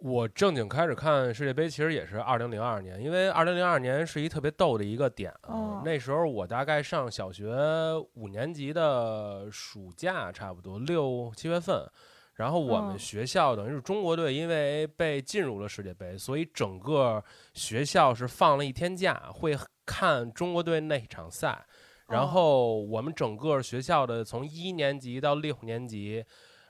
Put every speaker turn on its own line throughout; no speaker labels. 我正经开始看世界杯，其实也是二零零二年，因为二零零二年是一特别逗的一个点啊、
哦
那时候我大概上小学五年级的暑假，差不多六七月份。然后我们
嗯
学校等于是中国队，因为被进入了世界杯，所以整个学校是放了一天假，会看中国队那一场赛。
哦
然后我们整个学校的从一年级到六年级，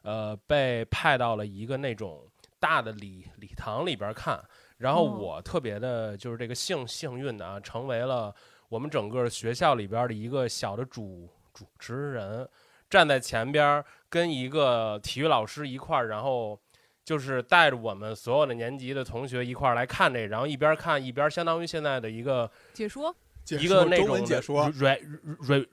呃，被派到了一个那种大的礼礼堂里边儿看。然后
哦
我特别的就是这个幸幸运的啊，成为了我们整个学校里边儿的一个小的主主持人，站在前边儿跟一个体育老师一块儿，然后。就是带着我们所有的年级的同学一块儿来看这，然后一边儿看一边儿相当于现在的一个
解说
解
一个
说
那
中
种
文
的
解说，
re re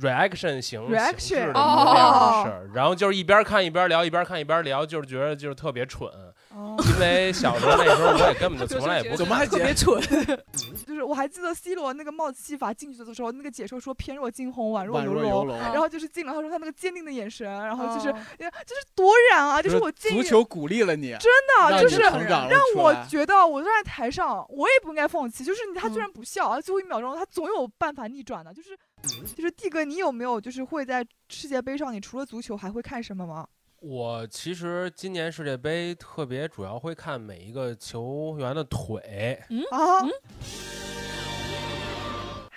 reaction 形
Reaction
形式的一个
哦
样式，然后就是一边看一边聊，一边看一边聊，就是觉得就是特别蠢，
哦，
因为小时候那时候我也根本就从来也不
怎么还
特
解
别蠢，
就是我还记得 C 罗那个帽子戏法进去的时候，那个解说说翩若惊鸿，宛若
宛
游
若
龙
游。龙，
啊
然后就是进了，他说他那个坚定的眼神，然后就是，
哦
因为就是多燃啊！就是我进
足球鼓励了你，
真的
让
就
你
是
成长了
让
出
我
来
觉得我站在台上，我也不应该放弃。就是你他居
嗯
然不笑，啊最后一秒钟他总有办法逆转的。就是
嗯
就是蒂哥，你有没有就是会在世界杯上，你除了足球还会看什么吗？
我其实今年世界杯特别主要会看每一个球员的 腿，
啊
嗯？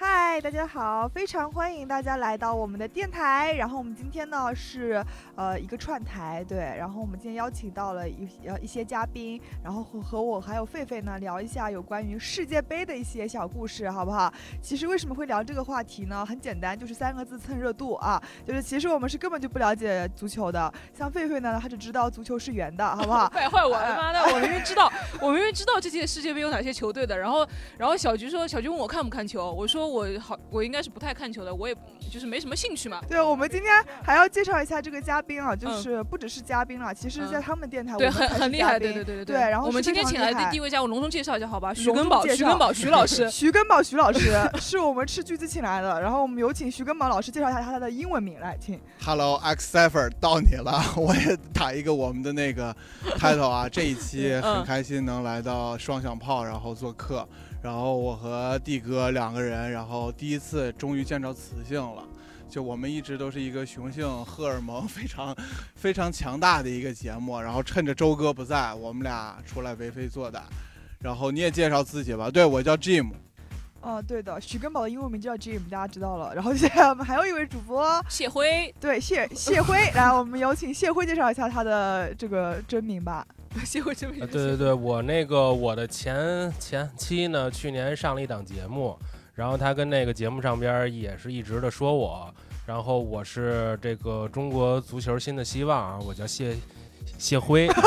嗨，大家好，非常欢迎大家来到我们的电台。然后我们今天呢是呃一个串台，对。然后我们今天邀请到了一呃一些嘉宾，然后和和我还有狒狒呢聊一下有关于世界杯的一些小故事，好不好？其实为什么会聊这个话题呢？很简单，就是三个字蹭热度啊。就是其实我们是根本就不了解足球的，像狒狒呢，他只知道足球是圆的，好不好？
坏坏我
哎
他妈的！我明明知道，我明明知道这届世界杯有哪些球队的。然后，然后小菊说，小菊问我看不看球，我说我好，我应该是不太看球的，我也就是没什么兴趣嘛。
对，我们今天还要介绍一下这个嘉宾啊，就
嗯
是不只是嘉宾了，其实，在
嗯
他们电台啊我
对，
们
很
才是
很厉
嘉
害，
宾
对对对对
对然后
我们
是
今
非
天
常
请
厉
来的
害
第一位嘉宾，隆重介绍一下，好吧？徐
隆
根
重
宝，
介
徐
绍。
根宝，徐老 师
徐根宝徐老师是我们斥巨资请来的，然后我们有请徐根宝老师介绍一下他的英文名来，请。
Hello X Cipher 到你了， 我也打一个我们的那个 title 啊。这一期很开心能来到双响炮，然后做客，然后我和帝哥两个人，然后第一次终于见着雌性了。就我们一直都是一个雄性荷尔蒙非常非常强大的一个节目，然后趁着周哥不在，我们俩出来为非作歹。然后你也介绍自己吧，对我叫 Jim，
哦，对的，徐根宝的英文名叫 Jim，大家知道了。然后现在我们还有一位主播，
谢辉，
对谢谢辉，来，我们有请谢辉介绍一下他的这个真名吧。
谢辉这边
呃，对对对，我那个我的前前妻呢，去年上了一档节目，然后她跟那个节目上边儿也是一直的说我，然后我是这个中国足球新的希望啊，我叫谢谢辉， 可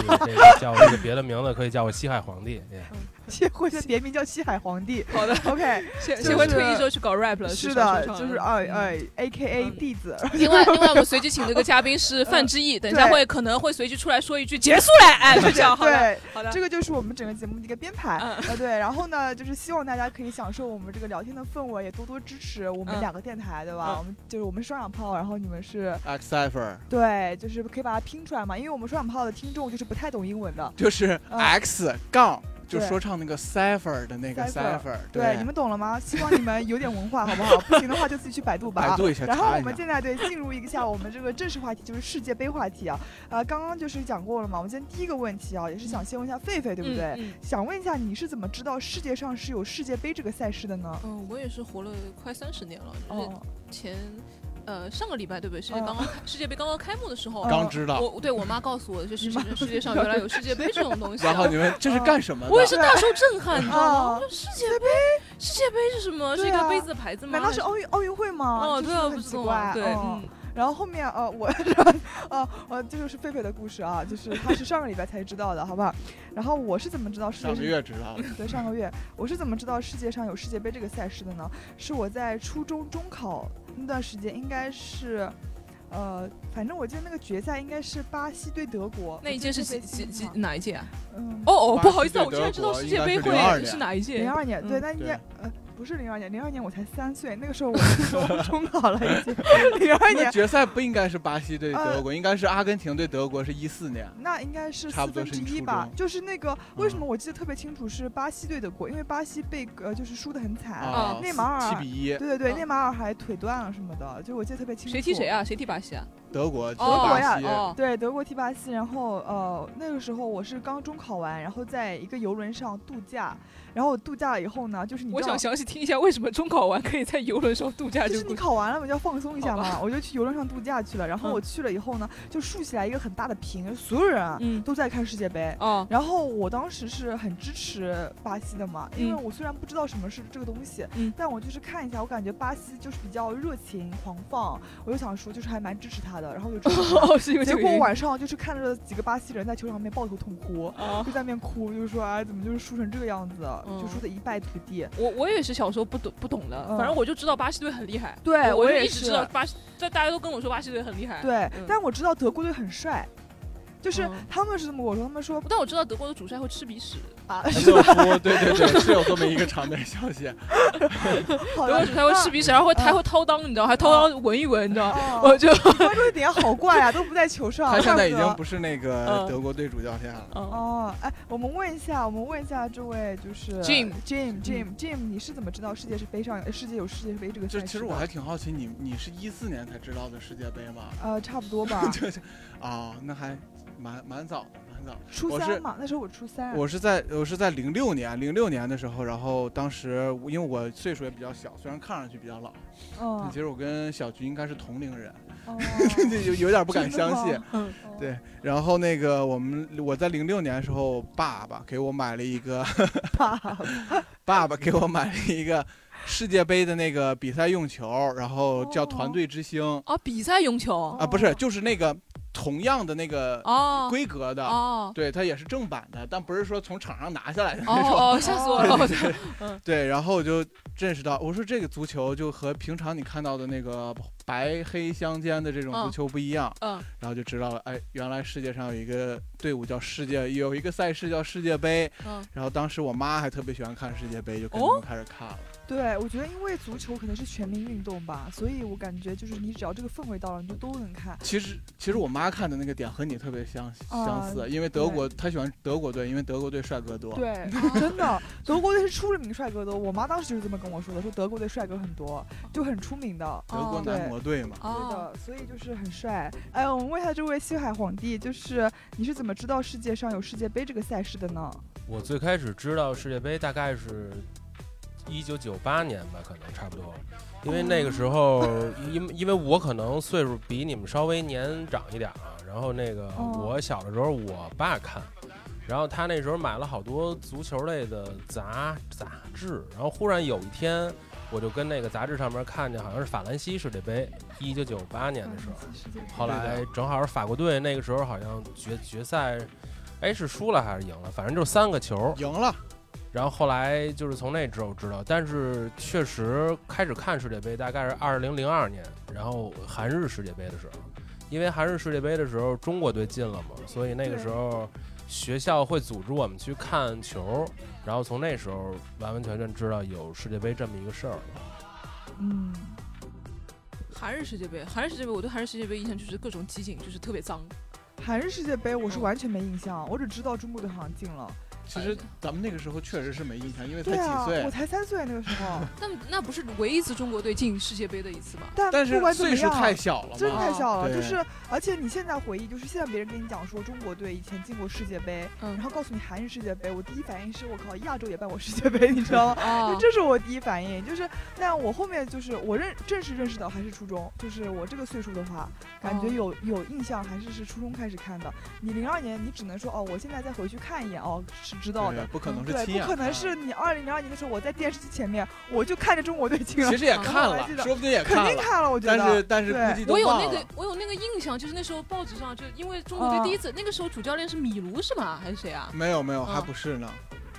以这个叫这个别的名字，可以叫我西海皇帝。哎
谢辉的别名叫西海皇 帝。
好的，
OK，
谢
就是
谢辉退役之后去搞 rap 了，
是
去
的
小，说唱
就是
了
哎
嗯
哎，A K A
嗯
弟子。
另外，另外，我们随机请的一个嘉宾是范志毅，等一下
嗯对
会可能会随机出来说一句“结束了”，哎，就这样，好的，
对，
好的
这，个就是我们整个节目的一个编排，
嗯
呃，对，然后呢，就是希望大家可以享受我们这个聊天的氛围，也多多支持我们
嗯
两个电台，对吧？
嗯
我们就是我们是双响炮，然后你们是
X Cipher
对，就是可以把它拼出来嘛，因为我们双响炮的听众就是不太懂英文的，
就是 X 杠，就
对
说唱那个 Cipher 的那个
Cipher
Cipher，
对，你们懂了吗？希望你们有点文化，好不好？不行的话就自己去百度吧。
百度一下，
然后
查
我
一
们
下。
现在对进入一下我们这个正式话题，就是世界杯话题啊。呃，刚刚就是讲过了嘛。我们今天第一个问题啊，也是想先问一下狒狒，对不对？
嗯嗯
想问一下，你是怎么知道世界上是有世界杯这个赛事的呢？
嗯，我也是活了快三十年了，就是
哦，
前呃上个礼拜对不对？世界
嗯
刚刚开世界杯刚刚开幕的时候，
嗯
刚知道，
我对我妈告诉我，就是
你妈
世界上原来有世界杯这种东西
然后
啊。
你们这是干什么的？
我也是大受震撼，你知道吗？
哦
我说世界杯，世界杯是什么？是一
对
个
啊
杯子的牌子吗？
难道是奥运奥运会吗？
哦，
就
对
是
啊，不
很
知
奇
道
怪
啊，，对，
嗯
嗯。
然后后面呃， 我呃 呃，这就是狒狒的故事啊，就是他是上个礼拜才知道的，好不好？然后我是怎么知道世界
上个
是
月知道的。
对，上个月我是怎么知道世界上有世界杯这个赛事的呢？是我在初中中考那段时间，应该是，呃，反正我记得那个决赛应该是巴西对德国。
那一届是几几几哪一届啊？
嗯，
哦哦，
巴
不好意
西
思啊，
对
我居然
德
知道
国
世
应
界
该
杯
是02
会
年
是哪一届
零？二年，对，
嗯
那应该呃不不是零二年，零二年我才三岁，那个 时候我初中考了已经。零二
那
年，
决赛不应该是巴西对德国，应该是阿根廷对德国，是一四年。
那应该是
差
四
不多
分
是
之
你
一
初
吧
中。
就是那
嗯
个为什么我记得特别清楚是巴西对德国，因为巴西被呃就是输得很惨，
啊，
哦内马尔
七比一，
对对对，
哦嗯
内马尔还腿断了什么的，就我记得特别清楚。
谁踢谁？啊？谁踢巴西啊？
德国踢
哦
巴西，
哦，
对，德国踢巴西，然后呃，那个时候我是刚中考完，然后在一个游轮上度假，然后我度假了以后呢，就是你
我
知道
想，详细听一下为什么中考完可以在游轮上度假
就
这
是
个
你
故事。
考完了嘛，就要放松一下
好吧
嘛，我就去游轮上度假去了。然后
哦嗯
我去了以后呢，就竖起来一个很大的屏，所有人啊
嗯，
都在看世界杯。
哦，
然后我当时是很支持巴西的嘛，因为
嗯
我虽然不知道什么是这个东西，
嗯
但我就是看一下，我感觉巴西就是比较热情狂放，我就想说就是还蛮支持他的，然后我就支持 他。
哦，是因为这
结
个
果
原因
晚上就是看着几个巴西人在球场上面抱头痛哭，
哦，
就在那边哭，就是说哎怎么就是输成这个样子，
嗯
就输的一败涂地。
我我也是小时候不懂不懂的，
嗯
反正我就知道巴西队很厉害。
对
我
我
就
也
一直
是
知道巴西，大大家都跟我说巴西队很厉害。，
对，
嗯
但我知道德国队很帅，就是
嗯
他们是这么跟我说，他们说
但我知道德国的主帅会吃鼻屎，
啊，
热乎，对对对，是有这么一个场面消息。
好的
德国主帅会吃鼻屎，然后会
哦嗯哦
还会掏裆，你知道，还掏裆闻一闻，你知道。
啊，
我就
关注的点好怪啊，都不在球上。
他现
怪
在已
不
经
得
不是那个
嗯
德国队主教练了。
哦，
哦，哎，我们问一下，我们问一下这位就是
Jim
Jim Jim Jim，你是怎么知道世界是杯上呃世界有世界杯这个赛事
就是
的？
其实我还挺好奇你，你是一四年才知道的世界杯吗？，
呃差不多吧
就是啊、那还蛮蛮早的，蛮早的。
初
我是
三嘛，那时候我初三。
我是在我是在零六年，零六年的时候，然后当时我因为我岁数也比较小，虽然看上去比较老，但
嗯
其实我跟小菊应该是同龄人，
哦
就有有点不 敢
真的
相信。
吗
嗯，
哦
对然后那个我们我在零六年的时候，我爸爸给我买了一个，
爸
爸爸给我买了一个世界杯的那个比赛用球，然后叫团队之星、
哦，比赛用球，
啊，不是，就是那个同样的那个
哦
规格
啊
的，
哦
对，它也是正版的，但不是说从厂上拿下来的
哦
那种。
哦，吓死我了！我的
对，然后我就认识到，我说这个足球就和平常你看到的那个白黑相间的这种
嗯
足球不一样，
嗯
然后就知道了，哎，原来世界上有一个队伍叫世界，有一个赛事叫世界杯，
嗯
然后当时我妈还特别喜欢看世界杯，就跟他
哦
们开始看了。
对，我觉得因为足球可能是全民运动吧，所以我感觉就是你只要这个氛围到了，你就都能看。
其实其实我妈看的那个点和你特别相相似，
哦
啊
因为德国她喜欢德国队，因为德国队帅哥多。
对，真的，德国队是出了名帅哥的。我妈当时就是这么跟我说的，说德国队帅哥很多，就很出名的。
德国
哦
男模队嘛，
对
哦，
的，所以就是很帅。哎，我们问一下这位西海皇帝，就是你是怎么知道世界上有世界杯这个赛事的呢？
我最开始知道世界杯大概是一九九八年吧，可能差不多，因为那个时候，因因为我可能岁数比你们稍微年长一点啊，然后那个
哦
我小的时候我爸看。然后他那时候买了好多足球类的杂杂志，然后忽然有一天，我就跟那个杂志上面看见，好像是法兰西世界杯，一九九八年的时候，
世界杯
后来哎正好是法国队那个时候好像决决赛，哎是输了还是赢了，反正就三个球。
赢了。
然后后来就是从那之后知道，但是确实开始看世界杯大概是二零零二年，然后韩日世界杯的时候，因为韩日世界杯的时候中国队进了嘛，所以那个时候学校会组织我们去看球，然后从那时候完完全全知道有世界杯这么一个事儿。
嗯，
韩日世界杯，韩日世界杯，我对韩日世界杯印象就是各种激进，就是特别脏。
韩日世界杯我是
嗯
完全没印象，我只知道中国队好像进了。
其实咱们那个时候确实是没印象，因为才
对啊
几岁，
我才三岁那个时 候，
但那不是唯一一次中国队进世界杯的一次吗？
但
但
不
是
管怎么
岁数
样。
太小了
真的
嘛。
太小了，
对
就是，而且你现在回忆，就是现在别人跟你讲说中国队以前进过世界杯，
嗯
然后告诉你韩日世界杯，我第一反应是我靠，亚洲也办过世界杯，你知道吗？
啊
就这是我第一反应，就是，但我后面就是我认正式认识到还是初中，就是我这个岁数的话，感觉
哦
有、有印象还是是初中开始看的。你零二年，你只能说哦，我现在再回去看一眼哦，是知道
对，
的。
不可能是
对，
亲眼
不可能
看
是你二零零二年的时候，我在电视机前面，我就看着中国队进了
其，实也
啊
看
我还
了
记，得
说不定也
肯
看
定
了，
看了，我觉得。
但是但
对
是估计都
我有那
忘了
个。我有那个印象，就是那时候报纸上就因为中国队
哦
第一次，那个时候主教练是米卢是吧？还是谁啊？
没有没有，
嗯
还不是呢。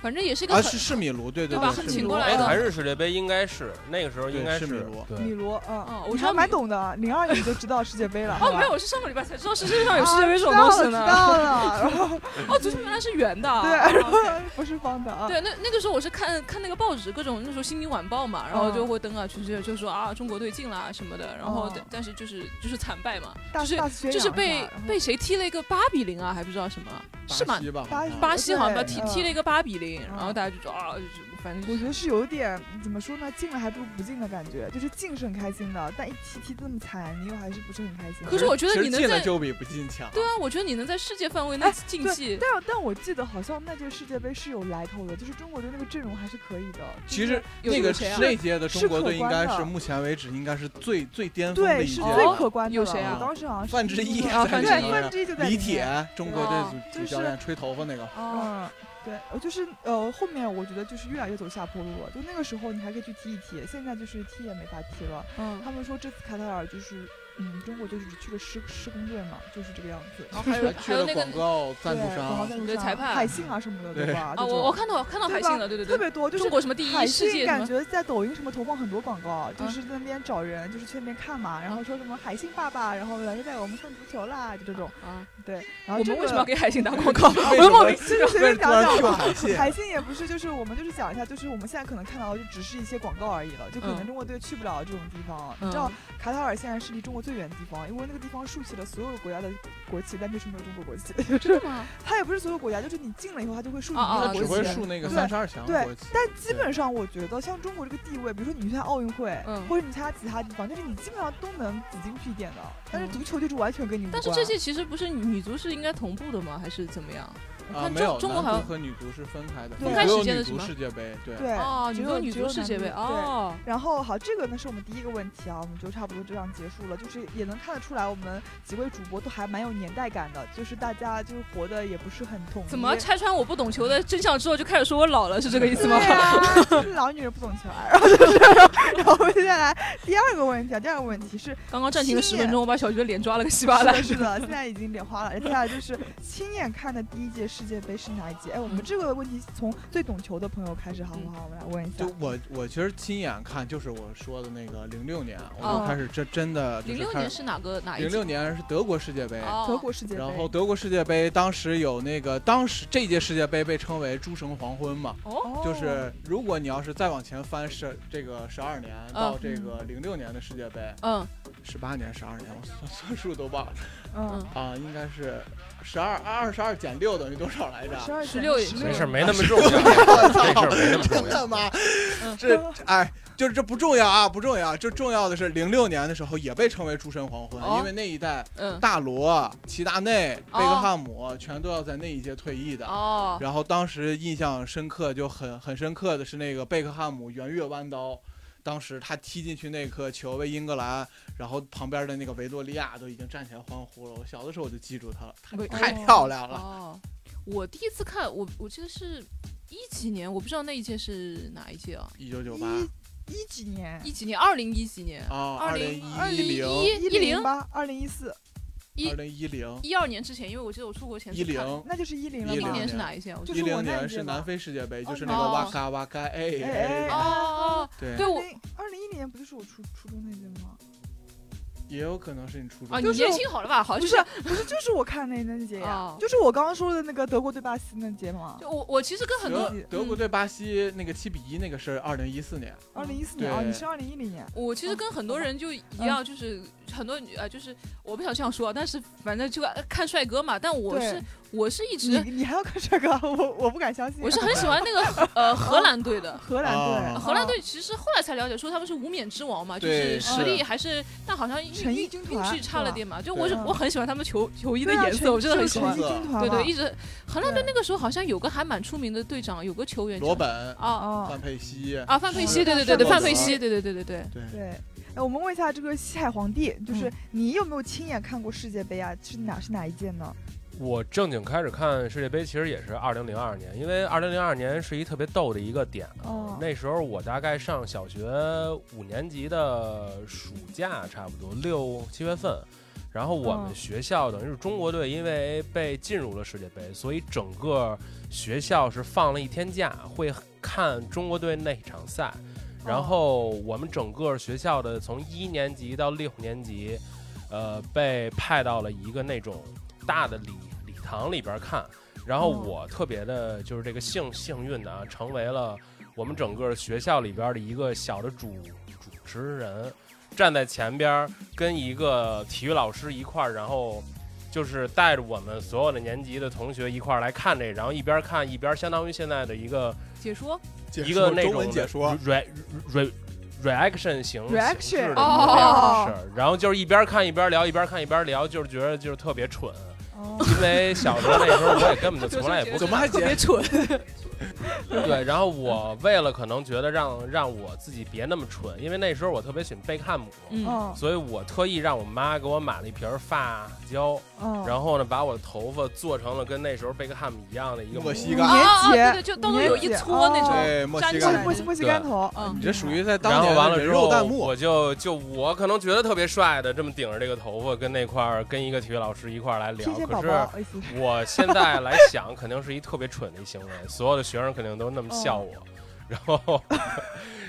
反正也是一个
啊，
很
是是米卢，对对
对
对，
吧？
是
很
米
请
卢
过来
哎，韩
的。
日世界杯应该是那个时候
对
应该
是米
是
卢
米
对，
罗，嗯，
嗯，我
你
知
还
道
蛮。懂的，零二年就知道世界杯了。好
哦，
吧
没有，我是上个礼拜才知道世界上有世界杯这种东西
啊
呢。
知道了，知道了，
哦，足球原来是圆的啊。
对
哦，OK
然后不是方的啊。
对，那那个时候我是看看那个报纸，各种那时候《新民晚报》嘛，然后就会登啊，就是就说啊，中国队进了啊什么的，然后
嗯
但但是就是就是惨败嘛，
大
就是
大肆宣扬
就是
一下
被
然后
被谁踢了一个八比零啊，还不知道什么，是吗
巴？西吧？
巴西
好像
巴西好像吧，
对
踢
嗯
踢了一个八比零，然后
嗯
大家就说啊，就反正
我觉得是有一点怎么说呢，进了还不如不进的感觉，就是进是很开心的，但一踢踢这么惨，你又还是不是很开心。
可是我觉得
其实
你能
进了
在
就比不进强。
对啊，我觉得你能在世界范围内
哎
竞
对
技，
但但我记得好像那届世界杯是有来头的，就是中国队那个阵容还是可以的。就是
其实
有
那个
谁啊
那届的中国队应该
是可观
是
的
目前为止应该是最最巅峰的
对
一届
是
了，
最可观的
有
了
谁啊
我当时好像是
范志毅
听说
啊范
对
志毅
范志毅就在里
李
面
铁，中国队
哦
主
就
主
是
教练吹头发那个，
哦，
嗯，对，呃，就是呃，后面我觉得就是越来越走下坡路了。就那个时候你还可以去踢一踢，现在就是踢也没法踢了。
嗯，
他们说这次卡塔尔就是，嗯，中国就是只去了施施工队嘛，就是这个样子。
然后还有
去
还有
了
那个
广告赞助
对广告
商，
赞助
对
商
裁判
海信啊什么的，
对
吧？
啊，
这
我
种
我看到看到
对
海
吧
信了，对对
特
对，
别多，就是
中国什么第
海
一世
信
界啊
感
什么，
觉在抖音什么投放很多广告，就是在那边找人，就是去那边看嘛，然
啊
后说什么海信爸爸，然后来带我们看足球啦，就这种。
啊，
对，然后
我
这
们
个
为什 么要给海信打广告？
为什
我
么
莫名
其实随便讲
为
讲
什么突然 Q
吧。
海信
海信也不是，就是我们就是讲一下，就是我们现在可能看到的就只是一些广告而已了，就可能
嗯
中国队去不了这种地方。
嗯
你知道卡塔尔现在是离中国最远的地方，因为那个地方竖起了所有国家的国旗，但就是没有中国国旗。 就是
吗？
它也不是所有国家，就是你进了以后，它就会竖你
啊啊
那
啊
个
只
国
会
旗。
竖那个
对
三十二强
对
国旗。
但基本上我觉得，像中国这个地位，比如说你去参加奥运会，
嗯
或者你参加其他地方，就是你基本上都能挤进去一点的。但是
嗯
足球就是完全跟你无关。
但是这些其实不是女足是应该同步的吗？还是怎么样？我
啊，
看
没有，
中中国
男
好
足
像
和女足是分开的，
分
女
开
足有
时间
女
的是
足
吗
世界杯，对，
对
哦，
只
女
有
足女
只有
足世
男
界
足
杯
对
哦，
然后好，这个呢是我们第一个问题啊，我们就差不多这样结束了。就是也能看得出来，我们几位主播都还蛮有年代感的，就是大家就是活的也不是很统一。
怎么拆穿我不懂球的真相之后就开始说我老了，是这个意思
对啊
吗？
呀、就是老女人不懂球啊。然后就是，然后接下来第二个问题啊，第二个问题是，
刚刚暂停了
是啊
十分钟，我把小菊的脸抓了个 稀巴
是
烂
的，。是的，现在已经脸花了。接下来就是亲眼看的第一届世界杯是哪一届？哎，我
嗯
们这个问题从最懂球的朋友开始，好不好？我们来问一下
就。我我其实亲眼看，就是我说的那个零六年，我
哦
就开始真真的就
零
是
六
开
年
始，
是哪个哪一届？
零六年是德国世界杯，
哦，
德国世界杯，
然后德国世界杯当时有那个，当时这届世界杯被称为“诸神黄昏”嘛，
哦
哦，
就是如果你要是再往前翻十这个十二年到这个零六年的世界杯，
嗯
十八年、十二年，我算 算数都忘了
嗯，
啊，应该是十二二十二减六等于多少来着？
十二
嗯十六
十
也
六
没事儿，没那么重要， 这
我
事
操
儿！没那么重
真的
要。
吗
嗯？
这哎，就是这不重要啊，不重要。这重要的是零六年的时候也被称为“诸神黄昏”，
哦
因为那一代
嗯，
大罗、齐达内、贝克
哦
汉姆全都要在那一届退役的。
哦，
然后当时印象深刻就很很深刻的是那个贝克汉姆圆月弯刀，当时他踢进去那颗球为英格兰，然后旁边的那个维多利亚都已经站起来欢呼了。我小的时候我就记住他了，
我
太漂亮了。
哦，我第一次看，我我记得是一几年，我不知道那一届是哪一届啊？
一九九八
一一几年？
一几年？二零一几年？
啊，
二
零
零
一
一
零，
一零
八，二零一四，
一
二零一零，
一二年之前，因为我记得我出国前
一
是看的
零。
那就是一零了
一
一
零
吧？
年是哪一届？啊我记
就
一
是我
零
那一
年
届
是
吧
南非世界杯，
哦
就是那
哦
个哇嘎哇嘎哎
哎
哎
得
哎
哎，
哦哦，
对
对，我
二零一零年不就是我初初中那届吗？
也有可能是你初中
啊，你
就是
年轻好了吧？好
不
像
是
是。啊
不是，就是我看那那届呀
哦，
就是我刚刚说的那个德国对巴西那届嘛。
就我我其实跟很多
德德国对巴西那个七比一那个是二零一四年，
二零一四
对
年啊，你是二零一零年，
我其实跟很多人就一样，就是很多女啊，就是我不想这样说，但是反正就看帅哥嘛。但我
对
是我是一
你
直
你还要看这个？我我不敢相信。
我是很喜欢那个荷呃荷兰队的，
荷兰队，
啊
荷兰队其实后来才了解说他们是无冕之王嘛，就
对
是
是
实力还是，但好像运
诚意
运
军
运
团
气差了
是吧
点嘛。就
对
我是
嗯
我很喜欢他们球球衣
一
的颜色，我真的很喜欢
是。
对
对
对，一直荷兰队
对
那个时候好像有个还蛮出名的队长，有个球员叫
罗本、
啊
哦
范佩西，
啊范佩西，
是
对对对对
是
范
罗
佩
本
西，对对对对对。
对
对。哎，我们问一下这个西海皇帝，就是
嗯
你有没有亲眼看过世界杯啊？是哪是哪一届呢？
我正经开始看世界杯，其实也是二零零二年，因为二零零二年是一特别逗的一个点啊。
哦
那时候我大概上小学五年级的暑假，差不多六七月份，然后我
嗯
们学校等于是中国队，因为被进入了世界杯，所以整个学校是放了一天假，会看中国队那场赛。然后我们整个学校的从一年级到六年级，呃，被派到了一个那种大的礼礼堂里边看。然后
哦
我特别的就是这个幸幸运的啊，成为了我们整个学校里边的一个小的主主持人，站在前边儿跟一个体育老师一块儿，然后就是带着我们所有的年级的同学一块儿来看这，然后一边看一边相当于现在的一个
解说
解
一个
说
那
中
种
文解说，
re re reaction 形
Reaction
形式的一
哦
个是，然后就是一边看一边聊，一边看一边聊，就是觉得就是特别蠢，
哦
因为小时候那时候我也根本就从来也不
怎么还
特
解
别蠢？
对，然后我为了可能觉得让让我自己别那么蠢，因为那时候我特别喜欢贝克汉姆，
嗯，
哦
所以我特意让我妈给我买了一瓶发胶，
哦，
然后呢把我的头发做成了跟那时候贝克汉姆一样的一个
莫
模
西
啊
干，
啊，啊
结
对对，就当中有一撮那
哦
种，
对，莫西
站起
墨
来
干
西，墨西墨西干头，
嗯
你这属于在当
然后
年
完了
人
之
肉
后，
弹幕，
我就就我可能觉得特别帅的，这么顶着这个头发跟那块儿跟一个体育老师一块儿来聊，
谢谢
可
嗯宝
是
宝，意 思是
我现在来想，肯定是一特别蠢的一行为，所有的学生肯定都那么笑
哦
我。然后，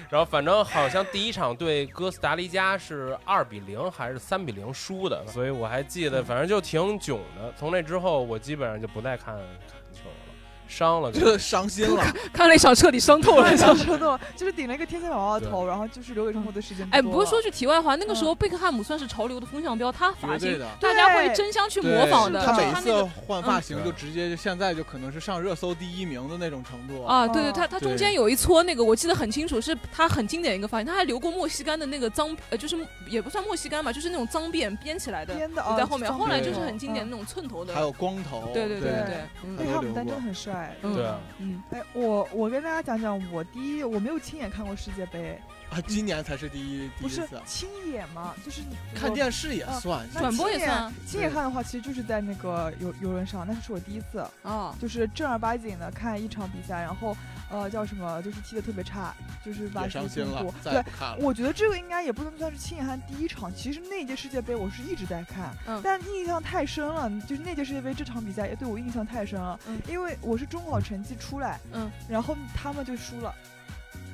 然后反正好像第一场对哥斯达黎加是二比零还是三比零输的，所以我还记
嗯
得，反正就挺囧的。从那之后，我基本上就不再看看球了，伤了。
这伤心了。
看了一场彻底伤透了。
想说的，就是顶了一个天线宝宝的头，然后就是留给生活的时间
哎，
多
不是说
了
句题外话，那个时候贝克汉姆算是潮流的风向标，他发
绝对
型
的，
大家会
对
争相去
对
模仿
是
的，
的
就
他
是
每一
他那
次
个
换发型
嗯
就直接，就现在就可能是上热搜第一名的那种程度。
啊，对对，他
哦
他
对
中间有一撮那个，我记得很清楚，是他很经典的一个发型，他还留过莫西干的那个脏，呃，就是也不算莫西干吧，就是那种脏辫编起来的，
编的
留
哦，
在后面，后来就是
对
很经典的那种寸头的
还，有光头，
对对对
对
对
对，嗯
贝克汉姆丹真的很帅。
嗯
对啊
嗯，
哎，我我跟大家讲讲，我第一我没有亲眼看过世界杯，
啊，今年才是第一第
不
一
是
次。啊
亲眼嘛，就是你
看
我
电视也算，
那
转播也算啊
亲眼看的话，其实就是在那个游游轮上，那是我第一次，
啊，
就是正儿八经的看一场比赛，然后呃叫什么，就是踢得特别差，就是把
也伤心了，再也
嗯对，
不看了。
我觉得这个应该也不能算是亲眼看第一场，其实那届世界杯我是一直在看，
嗯
但印象太深了，就是那届世界杯这场比赛也对我印象太深了，
嗯
因为我是中考成绩出来，
嗯，
然后他们就输了。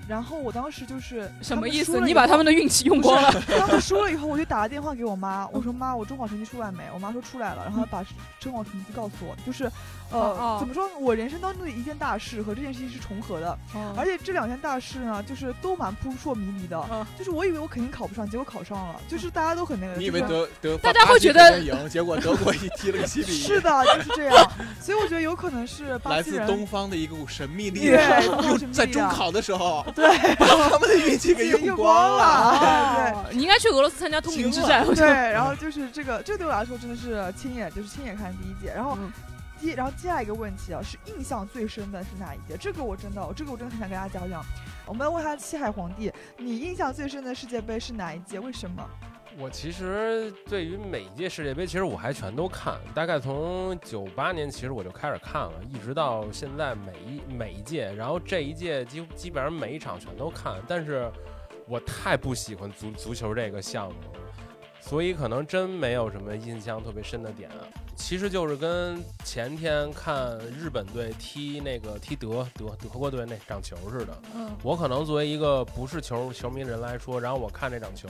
然后我当时就是
什么意
输
思？
了
你
以
把
后
他们的运气用
不是
光了？
当时输了以后，我就打了电话给我妈，
嗯
我说妈，我中考成绩出来没？我妈说出来了，然后把中考成绩告诉我，就是，
哦哦
呃，怎么说？我人生当中的一件大事和这件事情是啊重合的，而
而
且这两件大事呢，就是都蛮扑朔迷离的。
且
就是我以为我肯定考不上，结果考上了，就是
嗯
大家都很那个。
你以为
就是
德德
大
法
家
巴
会
西
觉
肯
得
定赢，结果德国一踢了 个七比一。
是的，就是这 样。所以我觉得有可能是巴
来
西
自
人
东方的一股神秘力
对
量，
又是
在
密
中
啊
考的时候
对
把他们的运气给 用光了。
了，啊 对。
哦你应该去俄罗斯参加通灵之战，我觉
对，
得
然后就是这个，这对我来说真的是亲眼，就是亲眼看第一届。然后
嗯
接，然后接下来一个问题啊，是印象最深的是哪一届？这个我真的，这个我真的很想跟大家讲讲。我们问一下西海皇帝，你印象最深的世界杯是哪一届？为什么？
我其实对于每一届世界杯，其实我还全都看，大概从九八年其实我就开始看了，一直到现在每一每一届，然后这一届基基本上每一场全都看，但是我太不喜欢足足球这个项目了，所以可能真没有什么印象特别深的点。啊其实就是跟前天看日本队踢那个踢德德德国队那场球似的，
嗯
我可能作为一个不是球球迷人来说，然后我看这场球，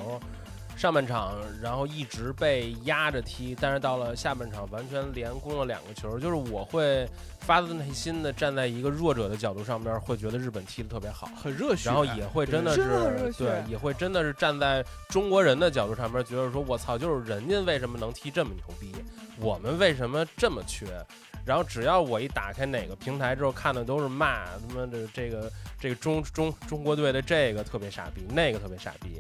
上半场然后一直被压着踢，但是到了下半场完全连攻了两个球，就是我会发自内心的站在一个弱者的角度上面，会觉得日本踢得特别好。
很热血，
然后也会真的
真的很热
是
血
对，也会真的是站在中国人的角度上面，觉得说我操，就是人家为什么能踢这么牛逼，我们为什么这么缺？然后只要我一打开哪个平台之后，看的都是骂他妈的这个这个中中中国队的这个特别傻逼，那个特别傻逼，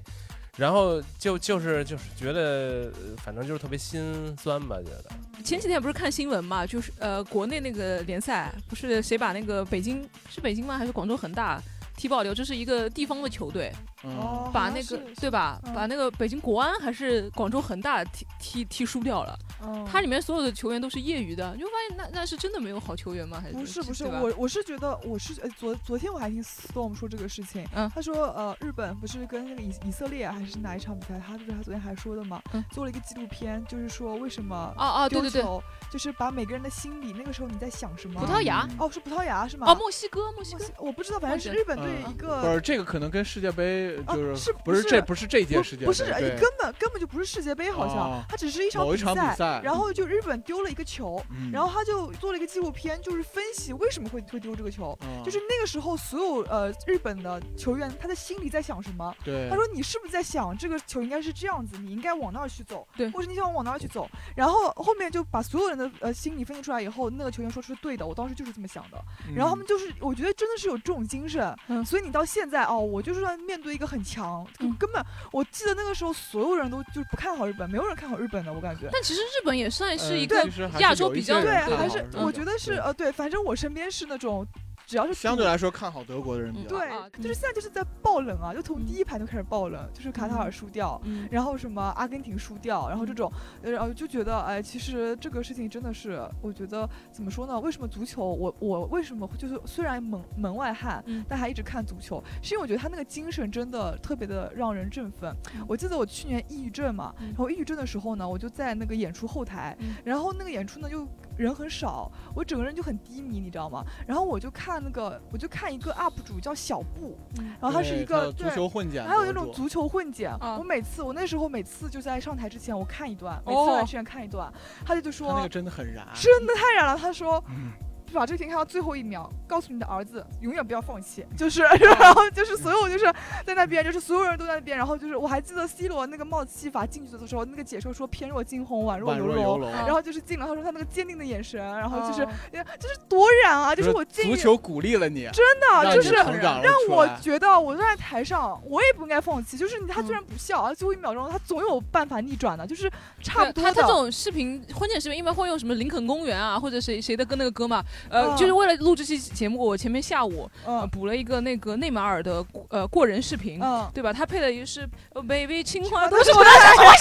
然后就就是就是觉得，呃反正就是特别心酸吧，觉得。
前几天不是看新闻嘛，就是呃，国内那个联赛不是谁把那个北京是北京吗？还是广州恒大踢爆掉？这是一个地方的球队，
哦
嗯，
把那个对吧？
嗯
把那个北京国安还是广州恒大踢踢踢输掉了。
嗯
它里面所有的球员都是业余的，你就发现那那是真的没有好球员吗？还是
不是不是，
对吧
我我是觉得我是呃昨昨天我还听 Storm 说这个事情，
嗯
他说呃日本不是跟那个以以色列还是哪一场比赛，他就是他昨天还说的嘛，
嗯
做了一个纪录片，就是说为什么
哦哦对
丢
对对，
球，就是把每个人的心理，那个时候你在想什么？
葡萄牙
哦是葡萄牙是吗？
哦，墨西哥墨西
墨
哥
西我不知道，反正是日本队
嗯
一
不
个。
是这个可能跟世界杯
啊
就是不
不
是
呃是
这不是这届
不
世界杯，
不是，哎
对
根本根本就不是世界杯，好
哦
像它只是一场
某一场比赛，
然后就日本丢了一个球，
嗯
然后他就做了一个纪录片，就是分析为什么会会丢这个球，
嗯
就是那个时候所有呃日本的球员他的心里在想什么。
对
他说：“你是不是在想这个球应该是这样子，你应该往那儿去走，
对
或者你想往哪儿去走？”然后后面就把所有人的呃心理分析出来以后，那个球员说是对的，我当时就是这么想的。
嗯
然后他们就是，我觉得真的是有这种精神，
嗯
所以你到现在哦，我就是要面对一个很强，
嗯
根本我记得那个时候所有人都就是不看好日本，没有人看好日本的，我感觉。
但其实日本也算是一个
呃其实还是
亚洲
有一
比
些
较
人
对，
看
还
好
是
日
我
本
觉得是
对
呃，对，反正我身边是那种，只要是
相对来说看好德国的人比较
对
多。
啊，
就是现在就是在爆冷啊，就从
嗯
第一盘就开始爆冷，就是卡塔尔输掉，
嗯
然后什么阿根廷输掉，然后这种，呃然后就觉得哎，其实这个事情真的是，我觉得怎么说呢？为什么足球，我我为什么会就是虽然门门外汉
嗯，
但还一直看足球，是因为我觉得他那个精神真的特别的让人振奋。我记得我去年抑郁症嘛，
嗯
然后抑郁症的时候呢，我就在那个演出后台
嗯，
然后那个演出呢又人很少，我整个人就很低迷，你知道吗？然后我就看那个，我就看一个 UP 主叫小布，
嗯
然后他是
对
一个
有足球混剪博主，
还有那种足球混剪，
啊
我每次我那时候每次就在上台之前，我看一段，每次
哦
上台之前看一段，他就就
他那
说
个真的很燃，
真的太燃了，他说
嗯
把这个片看到最后一秒，告诉你的儿子永远不要放弃，就是， 然后就是所有就是在那边，就是所有人都在那边，然后就是我还记得 C 罗那个帽子戏法进去的时候，那个解说说翩若惊鸿，宛若
宛
游
若
龙
游。龙。
然后就是进了，他说他那个坚定的眼神，然后就是
哦，
就是多燃啊！就是我进
足球鼓励了你，
真的
让
就
你
是
成长了
让
出
我
来
觉得我在台上，我也不应该放弃。就是你他虽
嗯
然不笑，啊，最后一秒钟他总有办法逆转的，就是差不
对
多
他
的。
他这种视频婚检视频一般会用什么林肯公园啊，或者谁谁的跟那个歌嘛，呃，
嗯
就是为了录这期节目，我前面下午呃
嗯
补了一个那个内马尔的呃过人视频，
嗯，
对吧？他配的也是呃 Baby 青
啊
花
对
都 是
我
我
的
的，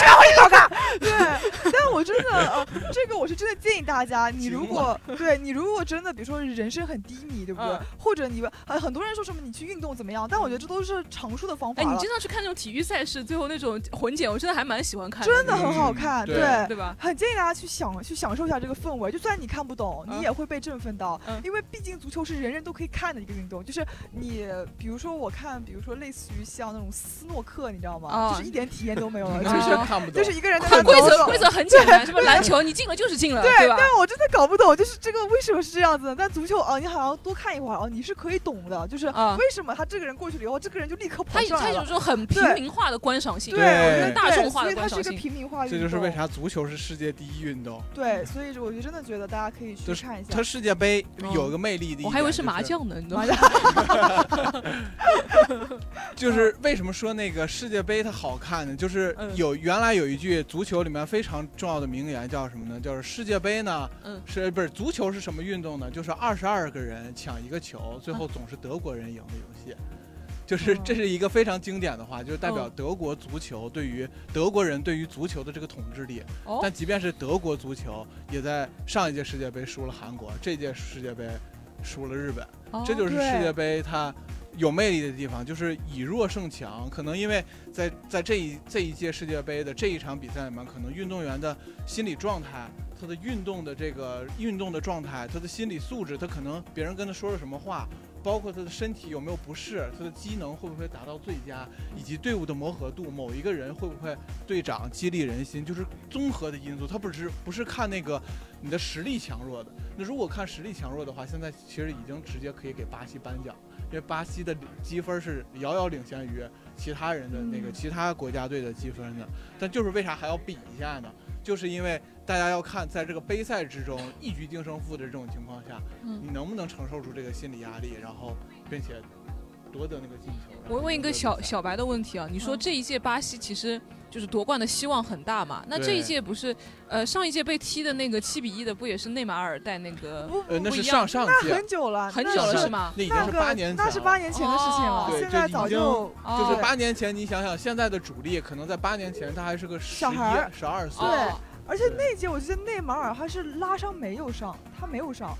对，但我真的，呃、这个我是真的建议大家，你如果对你如果真的，比如说人生很低迷，对不对？
嗯
或者你呃很多人说什么你去运动怎么样，但我觉得这都是常数的方法
哎，你
了
经常去看那种体育赛事，最后那种混剪，我真的还蛮喜欢看
真
的
的很好
嗯
看，
对
对吧？
很建议大家去享去享受一下这个氛围，就算你看不懂，
嗯
你也会被振奋到，
嗯
因为毕竟足球是人人都可以看的一个运动。就是你，比如说我看，比如说类似于像那种斯诺克，你知道吗？
啊
就是一点体验都没有了，
你
就
真
是、
是 看不懂，
就是一个人在那
嗯哦很规则
走
规。则很简单，什么篮球你进了就是进了，
啊对，
吧？
但我真的搞不懂，就是这个为什么是这样子的。但足球哦，你好像多看一会儿哦，你是可以懂的，就是
啊
为什么他这个人过去了以后，这个人就立刻跑
他有
上
他
来
有
了。
这种很平民化的观赏性，
对，我觉
对
得
大众化
所
的
以它
观
是一
赏
个
性。
平民化运
这
动。
就是为啥足球是世界第一运动。
对，所以我就真的觉得大家可以去
就是
看一下
它。世界杯
嗯
有一个魅力的一点
我
就是，
还以为是麻将呢，你知道吗？
就是为什么说那个世界杯它好看呢？就是
嗯
有原来有一句足球里面非常重要的名言叫什么呢？就是世界杯呢，
嗯
是不是足球是什么运动呢？就是二十二个人抢一个球，最后总是德国人赢的游戏。就是
哦
嗯
这是一个非常经典的话，就是代表
嗯
德国足球对于德国人对于足球的这个统治力。
哦
但即便是德国足球，也在上一届世界杯输了韩国，这届世界杯输了日本。
哦
这就是世界杯它有魅力的地方，就是以弱胜强。可能因为在在这一这一届世界杯的这一场比赛里面，可能运动员的心理状态、他的运动的这个运动的状态、他的心理素质，他可能别人跟他说了什么话。包括他的身体有没有不适，他的机能会不会达到最佳，以及队伍的磨合度，某一个人会不会队长激励人心，就是综合的因素。他不是不是看那个你的实力强弱的。那如果看实力强弱的话，现在其实已经直接可以给巴西颁奖，因为巴西的积分是遥遥领先于其他人的那个
嗯
其他国家队的积分的。但就是为啥还要比一下呢？就是因为大家要看在这个杯赛之中一局定胜负的这种情况下，
嗯
你能不能承受住这个心理压力，然后并且夺得那个进球。然后
我问一
赢得
个
比
小
赛
小白的问题啊，你说
嗯
这一届巴西其实就是夺冠的希望很大嘛？那这一
对
届不是呃上一届被踢的那个七比一的，不也是内马尔带那个
不
呃，那
不
是
一样
上上届，
很久了，
很
那
久了
是
是吗？
那已经
那
是
个
八年前
那
了，
是八年前的事情了，
哦
现在早就
哦
就是八年前，你想想现在的主力，可能在八年前他还是个十一
小孩儿
十二岁，
哦
而且那一届我记得内马尔他是拉伤没有上，他没有上。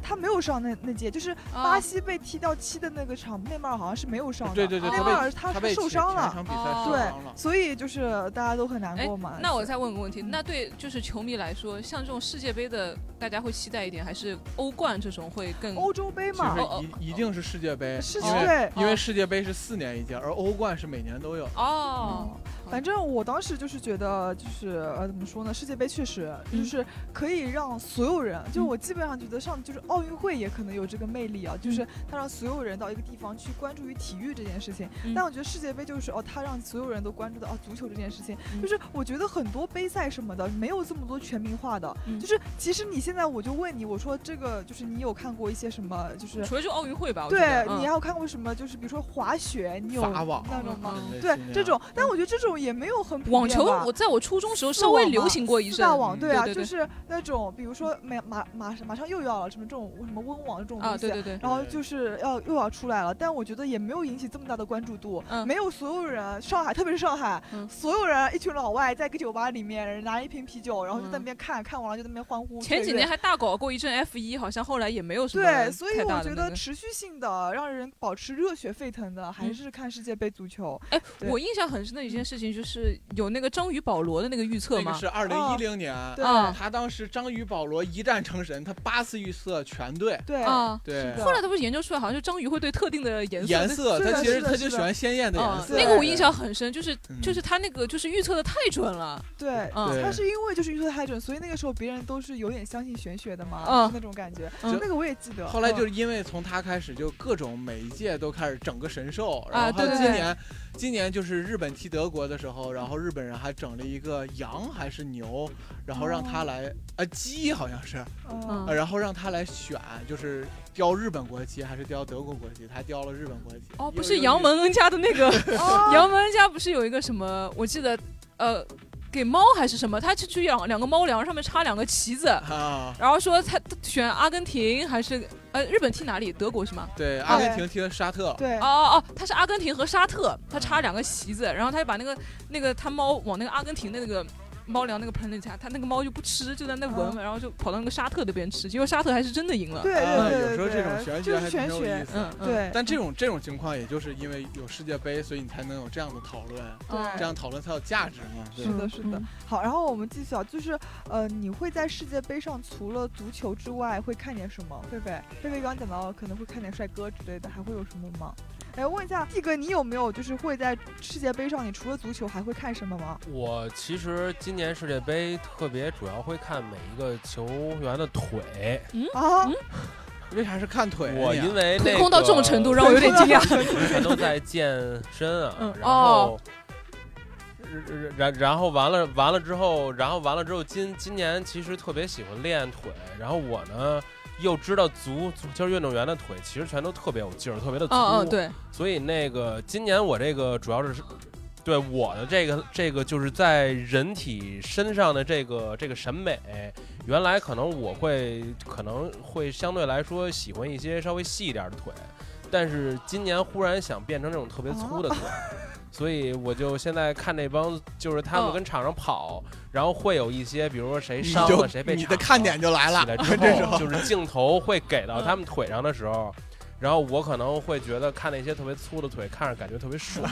他没有上那那届，就是
啊
巴西被踢掉七的那个场，内马尔好像是没有上的。
对对对，
内
他
马尔
被
他
他被
受伤
前前
了，
场比赛受
对
伤了，
所以就是大家都很难过嘛。
哎那我再问个问题，那对就是球迷来说，像这种世界杯的，大家会期待一点，还是欧冠这种会更？
欧洲杯嘛，
哦
其实一一定是世界杯，
是
因为
对。
因为世界杯是四年一届，而欧冠是每年都有。
哦，
嗯反正我当时就是觉得，就是呃，怎么说呢？世界杯确实
嗯
就是可以让所有人，就我基本上觉得上就是奥运会也可能有这个魅力啊，就是它让所有人到一个地方去关注于体育这件事情。
嗯
但我觉得世界杯就是哦，它让所有人都关注到哦足球这件事情，
嗯
就是我觉得很多杯赛什么的没有这么多全民化的，
嗯
就是其实你现在我就问你，我说这个就是你有看过一些什么就是。
除了就奥运会吧，我觉
对
得，嗯
你还有看过什么？就是比如说滑雪，你有
法网
那种吗？
嗯
哦对这种，但
嗯
我觉得这种也没有很普
网
遍
球，
吧
我在我初中时候
四
稍微
网
流
嘛
行过一
四
阵嗯
大。网对啊，
对对对
就是那种比如说马马马上马上又要了什么这种什么温网这种东西，
啊，对对对，
然后
对
就是要又要出来了，但我觉得也没有引起这么大的关注度，
嗯
没有所有人上海，特别是上海，
嗯
所有人一群老外在一个酒吧里面拿一瓶啤酒，然后就在那
嗯
边看、看完了就在那边欢呼。
前几
雀跃
年还大搞过一阵 F 一，好像后来也没有什么
对，所以
太
我
大的
觉
那
得
个
持续性的让人保持热血沸腾的，还
嗯
是看世界杯足球。
哎，
对
我印象很深的一件事情就是有那个章鱼保罗的那个预测
那个
嘛，
是二零一零年，
哦对
啊
他当时章鱼保罗一战成神，他八次预测全对。
对，
啊，
对
是，的
后来他不是研究出来，好像是章鱼会对特定的颜色
颜色，
是的
他其实
是的嗯
他
是
就
的
喜欢鲜艳的颜
啊，
色。
对
那个我印象很深，就是
嗯
就是他那个就是预测的太准了，
对，
嗯
对
他是因为就是预测太准，所以那个时候别人都是有点相信玄学的嘛，
嗯
就那种感觉。
嗯
那个我也记得。
后来
嗯
就是因为从他开始，就各种每一届都开始整个神兽，然
啊
后还有
对对
今
对
年，今年就是日本踢德国的时候，然后日本人还整了一个羊还是牛，然后让他来，啊鸡好像是，
哦嗯
嗯
呃然后让他来选，就是雕日本国旗还是雕德国国旗，他雕了日本国旗。
哦，不
有
是杨，门恩家的那 个，
哦
杨门恩家不是嗯有一个什么，我记得呃，给猫还是什么，他去去养两个猫粮，上面插两个旗子，
有啊，
然后说他他选阿根廷还是呃日本踢哪里？德国是吗？
对，
哦
阿根廷踢的沙特，
对
哦，哦哦，他是阿根廷和沙特，他插两个旗子，然后他就把那个那个他猫往那个阿根廷的那个猫粮那个盆里插，他那个猫就不吃，就在那闻闻，然后就跑到那个沙特那边吃，结果沙特还是真的赢了。
对
啊
对对
有
对
时候这种
对
玄
就是
学还挺
玄
有
学
意思的。
嗯，嗯，
对，
但这种这种情况，也就是因为有世界杯，所以你才能有这样的讨论，
哦
哎
这样讨论才有价值嘛。对
是的，是的。好，然后我们继续啊，就是呃，你会在世界杯上除了足球之外，会看点什么？菲菲，菲菲刚刚讲到可能会看点帅哥之类的，还会有什么吗？哎，问一下帝哥，你有没有就是会在世界杯上，你除了足球还会看什么吗？
我其实今年世界杯特别主要会看每一个球员的腿，
啊，
嗯
为啥是看腿啊你啊？
我因为那
腿控到这种程度，让我有点惊 讶。
我全都在健身啊，
嗯
然后。然然然后完了完了之后，然后完了之后，今今年其实特别喜欢练腿，然后我呢又知道足足球运动员的腿其实全都特别有劲儿，特别的粗，
嗯嗯，对，
所以那个今年我这个主要是，对我的这个这个就是在人体身上的这个这个审美，原来可能我会可能会相对来说喜欢一些稍微细一点的腿，但是今年忽然想变成这种特别
哦
粗 的腿。所以我就现在看那帮，就是他们
哦
跟场上跑，然后会有一些，比如说谁
你
伤
就
了，谁被
你
铲
的
了
看点就来了
起来， 之
这时
后，
候
就是镜头会给到
嗯
他们腿上的时候，然后我可能会觉得看那些特别粗的腿，看着感觉特别 爽。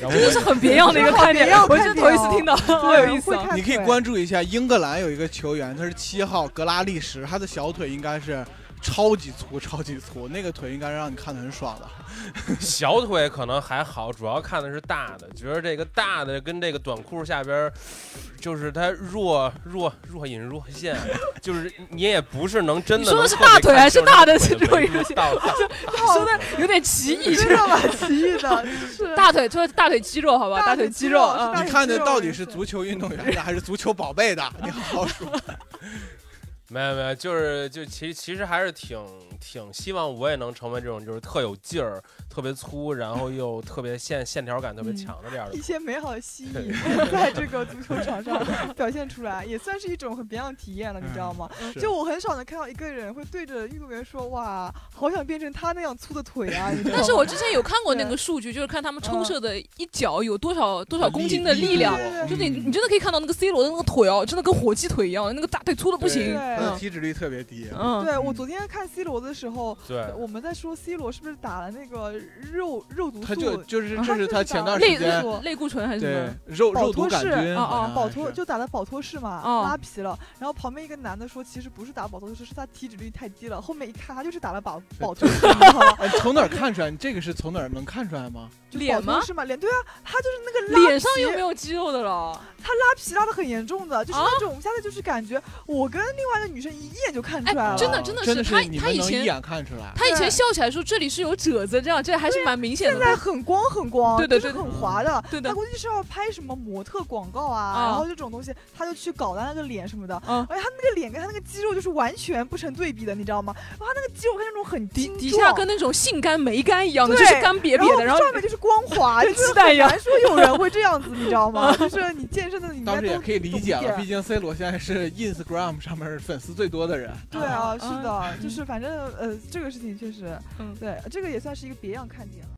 然后
这是
我
很别样的一个看点，我是头一次听到，好有意思啊
会。看
你可以
腿
关注一下英格兰有一个球员，他是七号格拉利什，他的小腿应该是超级粗，超级粗，那个腿应该让你看得很爽的。
小腿可能还好，主要看的是大的，觉得这个大的跟这个短裤下边儿，就是它若若若隐若现，啊就是你也不是能真的
你说的
能
是
特别
大腿
看
还是
清楚
大的
腿
若
维
隐
度
若现
到大
说的有点歧义，
真的蛮奇异的，是
大腿，说大腿肌肉，好吧，
大
腿
腿
肌
肌
肉
肉
啊
是大。
你
腿
看的
肌肉
到
也
底是
是
足球运动员的还是足球宝贝的？你好好说。
没有没有，就是就其实其实还是挺挺希望我也能成为这种就是特有劲儿、特别粗，然后又特别线线条感特别
嗯
强的这样的
一。些美好的吸引在这个足球场上表现出来，也算是一种很别样的体验了，你知道吗？
是
就我很少能看到一个人会对着运动员说：“哇，好想变成他那样粗的腿啊！”你知道吗
但是我之前有看过那
对
个数据，就是看他们抽射的一脚有多少多少公斤的
力
力量
度，
就是你
嗯
你真的可以看到那个 C 罗的那个腿哦，真的跟火鸡腿一样，那个大腿粗的不
对
行。
他的
嗯
体脂率特别低，
嗯，
对我昨天看 C 罗的时候，
对，
我们在说 C 罗是不是打了那个肉肉毒
他就
素，
就是
嗯
这是他前段时
类
间
素
类固醇还是什
对
么？
肉
保
肉毒
脱
杆
是
菌
哦
好
哦
像
保
啊是
脱就打的保脱式嘛，
哦
拉皮了。然后旁边一个男的说，其实不是打保脱式，是他体脂率太低了。后面一看，他就是打了保保脱式，你知道吗？
哎，从哪儿看出来？你这个是从哪儿能看出来吗？
脸
保
吗
脱？式嘛，脸对啊，他就是那个拉
脸上
皮
又没有啊肌肉的了。
他拉皮拉的很严重的，就是那种，现在就是感觉我跟另外一个女生一眼就看出来了，
哎真的
啊
真的
真
是
的
他
你
他
们
以
能
前
一眼看出来。
他以前笑起来说这里是有褶子，这样这还是蛮明显
现
的。
在很光很光，
对的
就是
对
的
很滑的。
对
他
的，
估计是要拍什么模特广告啊，
啊
然后这种东西，他就去搞他那个脸什么的。
嗯
而且他那个脸跟他那个肌肉就是完全不成对比的，你知道吗？然后他那个肌肉还是那种很
底
精
底
壮
下跟那种性感梅干一样的，
对
就是干瘪
然
瘪的，然后
上面就是光滑，
跟
就是
鸡蛋一样
很难说有人会这样子，你知道吗？就是你健身的，你应
当
该
时
都
也可以理
懂一
解了，
点
毕竟 C 罗现在是 Instagram 上面粉丝最多的人。
对啊，
啊
是的，就是反正呃，这个事情确实，
嗯
对，这个也算是一个别样看点了。